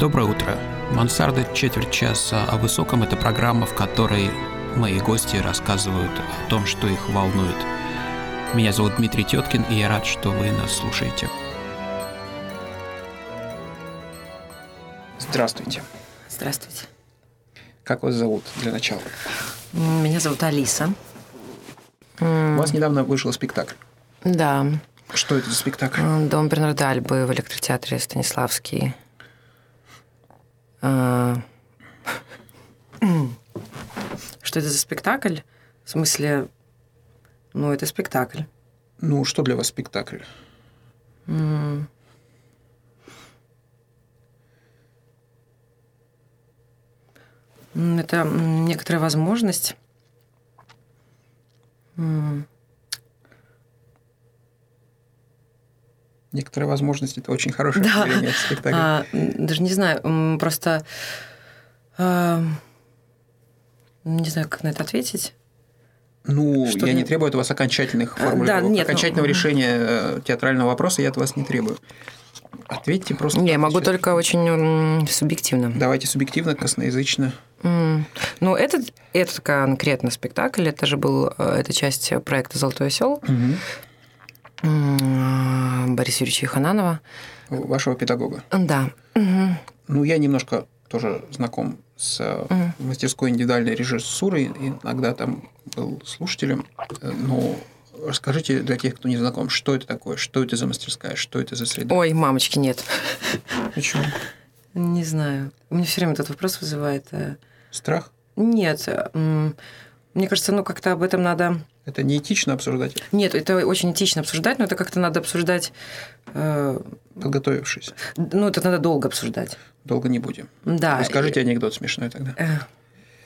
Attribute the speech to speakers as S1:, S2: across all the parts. S1: Доброе утро. Мансарда четверть часа о высоком – это программа, в которой мои гости рассказывают о том, что их волнует. Меня зовут Дмитрий Теткин, и я рад, что вы нас слушаете.
S2: Здравствуйте.
S3: Здравствуйте.
S2: Как вас зовут для начала?
S3: Меня зовут Алиса.
S2: У вас недавно вышел спектакль.
S3: Да,
S2: Что это за спектакль?
S3: дом Бернарда Альбы в электротеатре Станиславский. А. Что это за спектакль? В смысле, ну, это спектакль.
S2: Ну, что для вас спектакль?
S3: М. М, Это м, некоторая возможность м,
S2: Некоторые возможности это очень хорошее
S3: Да.
S2: определение спектакля.
S3: А, м, даже не знаю, м, просто а, не знаю, как на это ответить.
S2: Ну,
S3: что
S2: я
S3: для-
S2: не требую от вас окончательных
S3: А,
S2: формулировок,
S3: да, нет, ну,
S2: окончательного
S3: мгм.
S2: решения э, театрального вопроса я от вас не требую. Ответьте просто.
S3: Не, я могу
S2: сейчас.
S3: только очень м, субъективно.
S2: Давайте субъективно, косноязычно.
S3: М, Ну, этот, этот конкретно спектакль, это же был, э, это часть проекта «Золотой осел» м, а, Бориса Юрьевича Хананова.
S2: Вашего педагога.
S3: Да. Мгм.
S2: Ну, я немножко тоже знаком с э,
S3: Мгм.
S2: мастерской индивидуальной режиссурой, иногда там был слушателем, э, но расскажите для тех, кто не знаком, что это такое, что это за мастерская, что это за среда.
S3: Ой, мамочки, нет.
S2: Почему?
S3: Не знаю. У меня все время этот вопрос вызывает. э,
S2: Страх?
S3: Нет. э, м, Мне кажется, ну как-то об этом надо...
S2: Это неэтично обсуждать,
S3: Нет, это очень этично обсуждать, но это как-то надо обсуждать... э,
S2: подготовившись.
S3: Ну, это надо долго обсуждать.
S2: Долго не будем.
S3: Да.
S2: Расскажите Ну, анекдот смешной тогда.
S3: Э,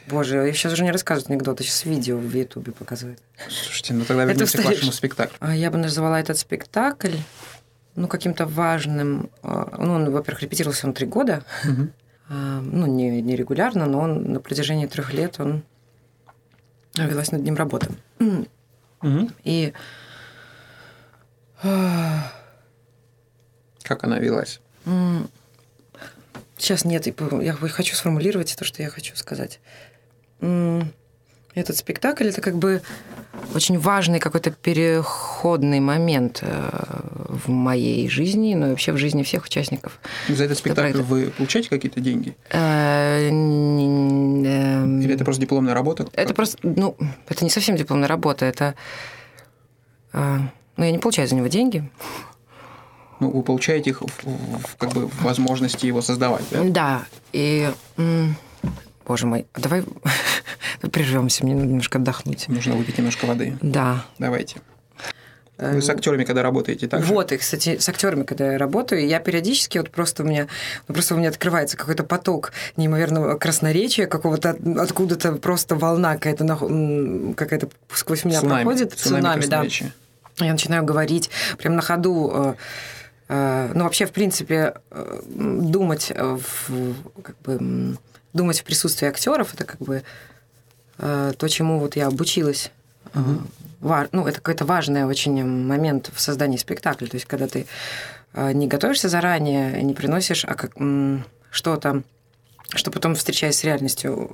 S3: Боже, сейчас уже не рассказывают анекдоты, сейчас видео в Ютубе показывают.
S2: Слушайте, ну тогда
S3: Это
S2: вернемся к
S3: устаревший.
S2: вашему спектаклю.
S3: А Я бы назвала этот спектакль ну, каким-то важным. а, Ну, он, во-первых, репетировался он три года,
S2: Мгм.
S3: а, ну, не, не регулярно, но он на протяжении трех лет он велась над ним работа.
S2: Мгм.
S3: И а,
S2: Как она велась?
S3: М, Сейчас нет, и по- я бы- хочу сформулировать то, что я хочу сказать. М, Этот спектакль это как бы очень важный какой-то переходный момент э, в моей жизни, ну и вообще в жизни всех участников.
S2: За этот спектакль
S3: правда.
S2: вы получаете какие-то деньги?
S3: Э, н- эм,
S2: Или это просто дипломная работа?
S3: Это просто, ну, это не совсем дипломная работа, это... э, Ну, я не получаю за него деньги.
S2: Ну, вы получаете их в- в- как бы в возможности его создавать, да?
S3: Да, и... м, Боже мой, а давай прервемся, мне надо немножко отдохнуть.
S2: Нужно выпить немножко воды.
S3: Да.
S2: Давайте. Вы
S3: Э,
S2: с актерами, когда работаете, так же?
S3: Вот, и, кстати, с актерами, когда я работаю, я периодически вот просто у меня, ну, просто у меня открывается какой-то поток неимоверного красноречия, какого-то от- откуда-то просто волна какая-то, нах- м, какая-то сквозь меня проходит, цунами, да.
S2: красноречия.
S3: Я начинаю говорить прям на ходу. э, э, Ну, вообще, в принципе, э, м, думать э, в, как бы, м, думать в присутствии актеров это как бы э, то, чему вот я обучилась. Э,
S2: Мгм.
S3: ва- Ну, это какой-то важный очень момент в создании спектакля. То есть, когда ты э, не готовишься заранее, не приносишь а как, м, что-то, что потом, встречаясь с реальностью,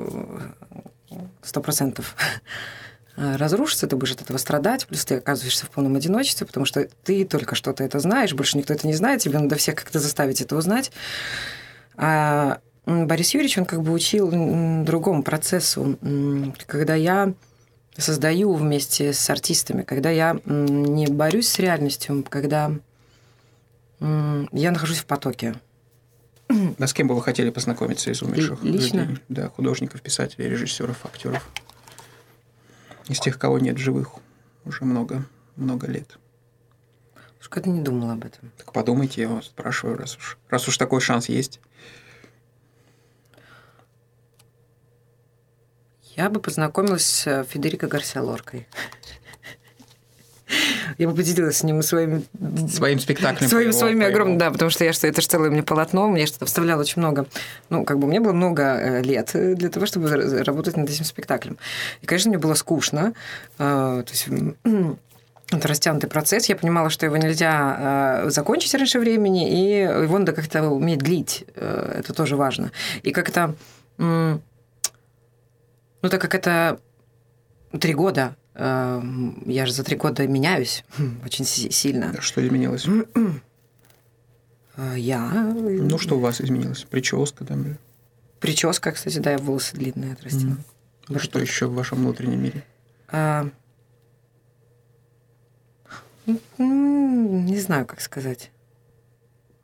S3: э, сто процентов э, разрушится, ты будешь от этого страдать, плюс ты оказываешься в полном одиночестве, потому что ты только что-то это знаешь, больше никто это не знает, тебе надо всех как-то заставить это узнать. А м, Борис Юрьевич, он как бы учил м, другому процессу, М, когда я создаю вместе с артистами, когда я м, не борюсь с реальностью, когда м, я нахожусь в потоке.
S2: Да с кем бы вы хотели познакомиться из умерших
S3: Л- лично?
S2: людей? Да, художников, писателей, режиссеров, актеров. Из тех, кого нет в живых уже много, много лет.
S3: Уж как-то не думала об этом.
S2: Так подумайте, я вас спрашиваю, раз уж, раз уж такой шанс есть.
S3: Я бы познакомилась с э, Федерико Гарсиа Лоркой. Я бы поделилась с ним своими...
S2: Своим спектаклем. по
S3: Своим,
S2: его-
S3: своими
S2: по его-
S3: огромными, да, потому что я что, это же целое мне полотно, мне что-то вставляло очень много. Ну, как бы мне было много э, лет э, для того, чтобы ра- работать над этим спектаклем. И, конечно, мне было скучно. э, То есть м, Это растянутый процесс. Я понимала, что его нельзя э, закончить раньше времени, и его надо как-то уметь длить. Э, это тоже важно. И как-то... м, ну, так как это три года, э, я же за три года меняюсь очень си- сильно.
S2: Что изменилось?
S3: Э, Я...
S2: Ну, что у вас изменилось? Прическа там? или-
S3: Прическа, кстати, да, я волосы длинные отрастила.
S2: Мгм. Ну, Что еще в вашем внутреннем мире?
S3: А, м, м, Не знаю, как сказать.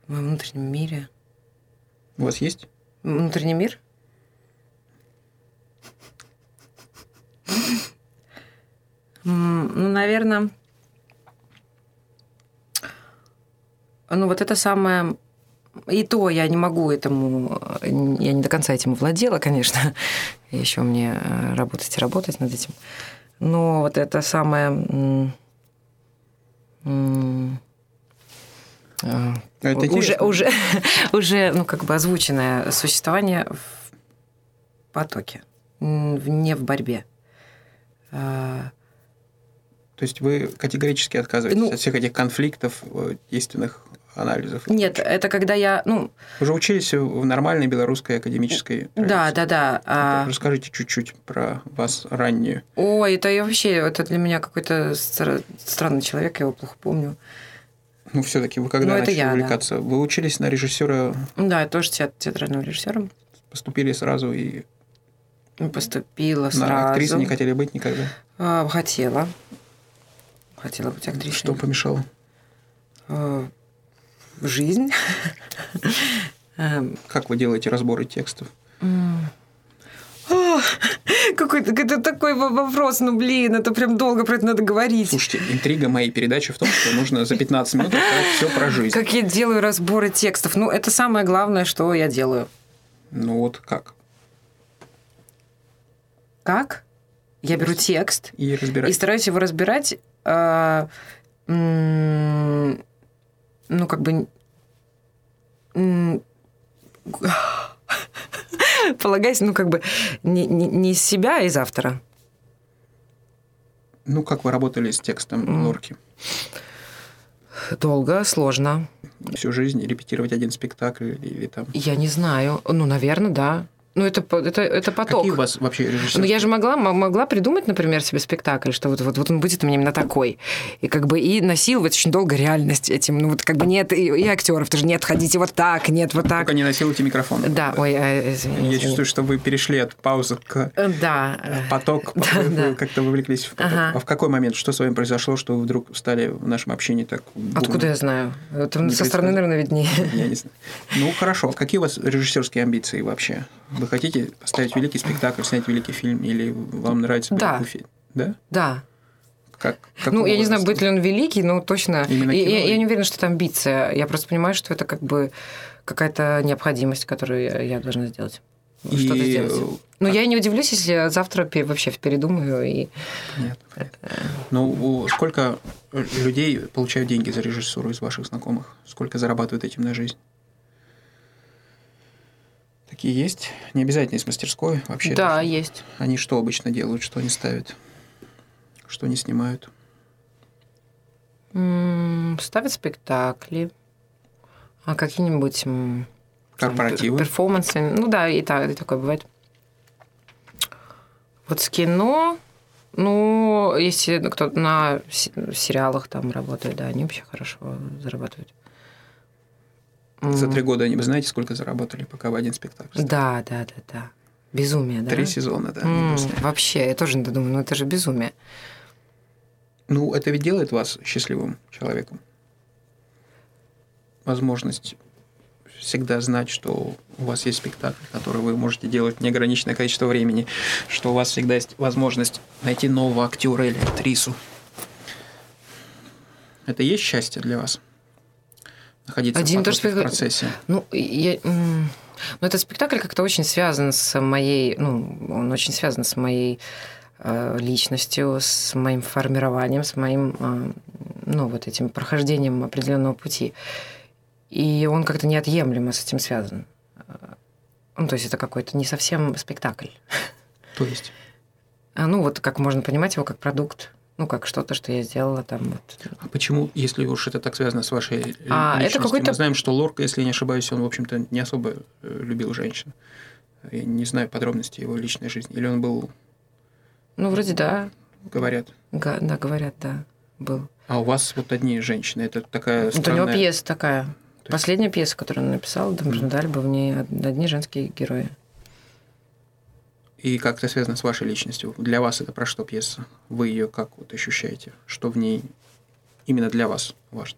S3: В моем внутреннем мире.
S2: У вас есть?
S3: Внутренний мир? М, Ну, наверное... Ну, вот это самое... И то я не могу этому... э, Я не до конца этим владела, конечно. Еще мне э, работать и работать над этим. Но вот это самое... м, м, э,
S2: А это
S3: уже,
S2: интересно.
S3: уже, уже, ну, как бы озвученное существование в потоке, м, в- не в борьбе. А,
S2: То есть вы категорически отказываетесь
S3: Ну-
S2: от всех этих конфликтов, э, действенных анализов?
S3: Нет, это когда я, ну,
S2: Вы же учились в нормальной белорусской академической
S3: да,
S2: традиции.
S3: да, да. а,
S2: Расскажите чуть-чуть про вас раннюю.
S3: ой, это я вообще, это для меня какой-то стра- странный человек, я его плохо помню.
S2: Ну, все-таки вы когда
S3: Ну, это
S2: начали
S3: я, да.
S2: увлекаться? Вы учились на режиссера,
S3: Да, я тоже теат- театральным режиссером
S2: поступили сразу и
S3: поступила
S2: на
S3: сразу.
S2: актрисы не хотели быть никогда?
S3: А, хотела. Хотела быть актрисой.
S2: Что помешало?
S3: А, жизнь. Эм,
S2: Как вы делаете разборы текстов?
S3: М. Ох, Какой это такой во- вопрос, ну блин, это прям долго про это надо говорить.
S2: Слушайте, интрига моей передачи в том, что нужно за 15 минут рассказать все про жизнь.
S3: Как я делаю разборы текстов? Ну, это самое главное, что я делаю.
S2: Ну вот как?
S3: Как? Я беру текст
S2: И
S3: и
S2: разбирать.
S3: стараюсь его разбирать, э, м, ну, как бы... м, Полагаясь, ну, как бы, не, не- не из себя, а из автора.
S2: Ну, как вы работали с текстом
S3: Мгм.
S2: Лорки?
S3: Долго, сложно.
S2: Всю жизнь репетировать один спектакль или там...
S3: Я не знаю. Ну, наверное, да. Ну, это, по- это, это поток.
S2: Какие у вас вообще режиссеры?
S3: Ну, я же могла, м- могла придумать, например, себе спектакль, что вот, вот, вот он будет у меня именно такой. И как бы и насиловать очень долго реальность этим. Ну, вот как бы нет, и, актеров тоже нет, ходите вот так, нет, вот так.
S2: Только не насилуйте микрофон.
S3: Да, ой, э,
S2: Ну, Я
S3: извини. извини.
S2: чувствую, что вы перешли от паузы к
S3: Э, Да. э,
S2: поток.
S3: Да,
S2: Вы-
S3: да.
S2: вы как-то вовлеклись в поток.
S3: Ага.
S2: А в какой момент? Что с вами произошло, что вы вдруг стали в нашем общении так... бурно?
S3: Откуда я знаю? Это
S2: Не
S3: со
S2: представляю.
S3: стороны, наверное, виднее.
S2: Я не знаю. Ну, хорошо. Какие у вас режиссерские амбиции вообще? Вы хотите поставить великий спектакль, снять великий фильм, или вам нравится
S3: Да.
S2: «Белый буфет»? Да?
S3: Да.
S2: Как,
S3: Ну, я не знаю, будет ли он великий, но точно.
S2: Именно
S3: И- и-
S2: кино
S3: я,
S2: или-
S3: не уверена, что это амбиция. Я просто понимаю, что это как бы какая-то необходимость, которую я, я должна сделать. Что-то сделать. Ну, я и не удивлюсь, если я завтра пе- вообще передумаю. И...
S2: Понятно, понятно. Ну, у- сколько э, людей получают деньги за режиссуру из ваших знакомых? Сколько зарабатывают этим на жизнь? Такие есть? Не обязательно из мастерской вообще.
S3: да, есть.
S2: Они что обычно делают, что они ставят? Что они снимают?
S3: М, Ставят спектакли, а какие-нибудь м, там,
S2: Корпоративы?
S3: пер- перформансы. Ну да, и, та- и такое бывает. Вот с кино, ну, если ну, кто-то на се- сериалах там работает, да, они вообще хорошо зарабатывают. М,
S2: За три года они, вы знаете, сколько заработали, пока в один спектакль? ставили?
S3: Да, да, да, да. Безумие, да?
S2: Три сезона, да.
S3: М,
S2: они сняли.
S3: вообще, я тоже думаю, ну это же безумие.
S2: Ну, это ведь делает вас счастливым человеком. Возможность всегда знать, что у вас есть спектакль, который вы можете делать неограниченное количество времени, что у вас всегда есть возможность найти нового актера или актрису. Это и есть счастье для вас? Находиться
S3: Один и
S2: в
S3: тот же
S2: потоке, в
S3: спектакль.
S2: процессе.
S3: Ну, я, м, ну, этот спектакль как-то очень связан с моей, ну, он очень связан с моей э, личностью, с моим формированием, с моим, э, ну, вот этим прохождением определенного пути. И он как-то неотъемлемо с этим связан. Э, Ну, то есть это какой-то не совсем спектакль.
S2: То есть,
S3: А, Ну, вот как можно понимать его как продукт ну, как что-то, что я сделала там. Вот.
S2: А почему, если уж это так связано с вашей л-
S3: А, это
S2: личностью?
S3: какой-то-
S2: Мы знаем, что Лорка, если я не ошибаюсь, он, в общем-то, не особо э, любил женщин. Я не знаю подробностей его личной жизни. Или он был,
S3: Ну, вроде да.
S2: говорят.
S3: Га- да, говорят, да, был.
S2: А у вас вот одни женщины. Это такая
S3: Вот у него
S2: странная...
S3: Ну, пьеса такая. Последняя пьеса, которую он написал, Дамбрандаль, бы в ней од- одни женские герои.
S2: И как это связано с вашей личностью? Для вас это про что пьеса? Вы ее как вот ощущаете? Что в ней именно для вас важно?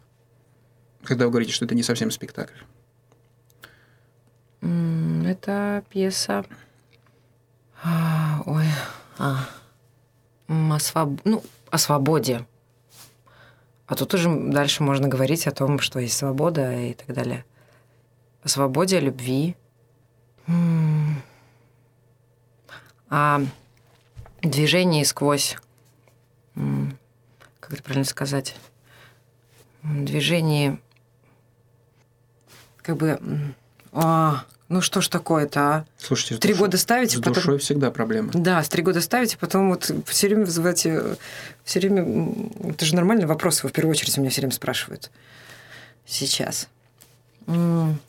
S2: Когда вы говорите, что это не совсем спектакль.
S3: М, Это пьеса... а, Ой. а, м, о своб- Ну, о свободе. А тут уже дальше можно говорить о том, что есть свобода и так далее. О свободе, о любви. М. О движении сквозь... м, Как это правильно сказать? М, Движении... Как бы... м, а, ну что ж такое-то, а?
S2: Слушайте, с
S3: Три
S2: душой-
S3: года ставите,
S2: С
S3: потом...
S2: душой всегда проблема.
S3: Да, с три года ставите, потом вот все время вызываете... Все время... м, Это же нормальный вопрос, его в первую очередь у меня все время спрашивают. Сейчас. М,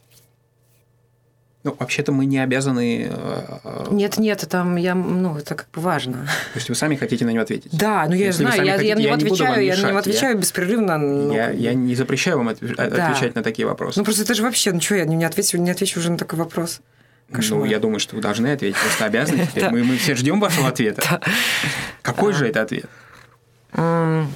S2: Ну, вообще-то мы не обязаны... э, э,
S3: Нет, нет, там я... м, Ну, это как бы важно.
S2: То есть вы сами хотите на него ответить?
S3: Да, ну я
S2: Если вы
S3: знаю,
S2: сами
S3: я, я
S2: хотите,
S3: на него
S2: я не буду вам
S3: отвечаю, я на него
S2: мешать, я-
S3: отвечаю беспрерывно. ну,
S2: Я,
S3: как бы.
S2: я не запрещаю вам отв- о-
S3: Да.
S2: отвечать на такие вопросы.
S3: Ну, просто это же вообще... Ну, что я не отвечу, не отвечу уже на такой вопрос?
S2: Ну,
S3: кошмар.
S2: я думаю, что вы должны ответить, просто обязаны теперь.
S3: Да.
S2: Мы, мы все ждем вашего
S3: Да. А,
S2: ответа. Какой же это ответ?
S3: М.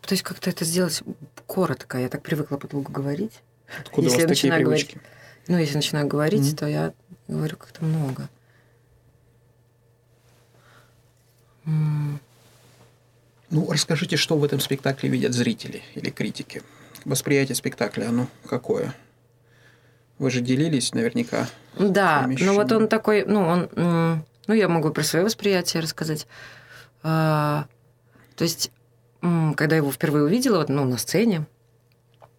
S3: Пытаюсь как-то это сделать коротко. Я так привыкла подолгу говорить.
S2: Откуда
S3: Если
S2: у
S3: я
S2: вас такие
S3: начинаю говорить-
S2: привычки?
S3: Ну, если начинаю говорить,
S2: Мгм.
S3: то я говорю как-то много. М,
S2: Ну, расскажите, что в этом спектакле видят зрители или критики? Восприятие спектакля, оно какое? Вы же делились наверняка.
S3: Да,
S2: Совмещено.
S3: ну вот он такой, ну он, м, ну я могу про свое восприятие рассказать. А, То есть, м, когда я его впервые увидела, вот, ну на сцене,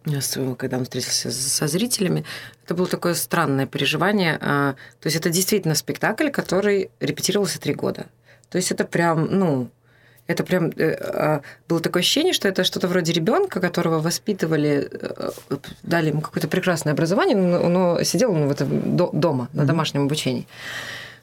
S3: я с- когда он встретился с- со зрителями, это было такое странное переживание. А, То есть это действительно спектакль, который репетировался три года. То есть это прям, ну, это прям э, а, было такое ощущение, что это что-то вроде ребенка, которого воспитывали, э, э, дали ему какое-то прекрасное образование, но, но сидел он в этом до- дома на
S2: Мгм.
S3: домашнем обучении.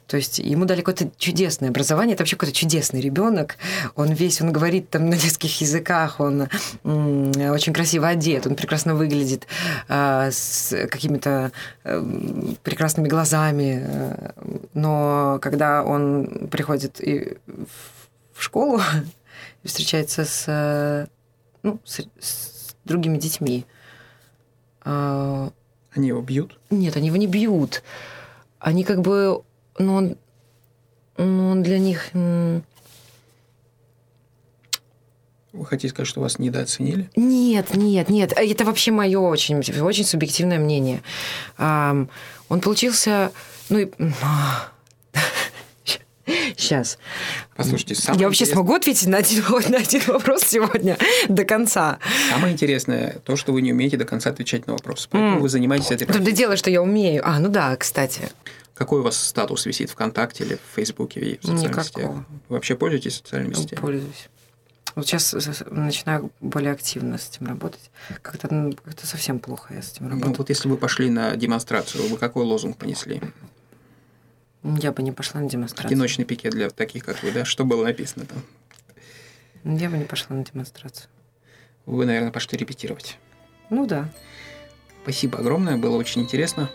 S3: То есть ему дали какое-то чудесное образование, это вообще какой-то чудесный ребенок. Он весь, он говорит там на нескольких языках, он м, очень красиво одет, он прекрасно выглядит а, с какими-то эм, прекрасными глазами, э, но когда он приходит и в- в школу и встречается с, э, ну, с, с другими детьми, а,
S2: Они его бьют.
S3: нет, они его не бьют. Они как бы... Ну, он, ну, он для них... м,
S2: Вы хотите сказать, что вас недооценили?
S3: Нет, нет, нет. Э, Это вообще мое очень, очень субъективное мнение. Ам, Он получился... Ну и... Сейчас.
S2: Послушайте, самое,
S3: Я вообще
S2: интерес-
S3: смогу ответить на один, на один вопрос сегодня до конца.
S2: самое интересное то, что вы не умеете до конца отвечать на вопросы. Поэтому
S3: М.
S2: вы занимаетесь этой
S3: Тут
S2: профессией.
S3: дело, Ну, что я умею. А, ну да, кстати.
S2: Какой у вас статус висит ВКонтакте или в Фейсбуке или в социальных
S3: Никакого. Ну,
S2: сетях? Вы вообще пользуетесь социальными сетями?
S3: Пользуюсь. Вот сейчас начинаю более активно с этим работать. Как-то ну, как-то совсем плохо я с этим
S2: Ну,
S3: работаю.
S2: вот если бы пошли на демонстрацию, вы бы какой лозунг понесли?
S3: Я бы не пошла на демонстрацию.
S2: Одиночный пикет для таких, как вы, да? Что было написано там?
S3: Я бы не пошла на демонстрацию.
S2: Вы, наверное, пошли репетировать.
S3: Ну да.
S2: Спасибо огромное, было очень интересно.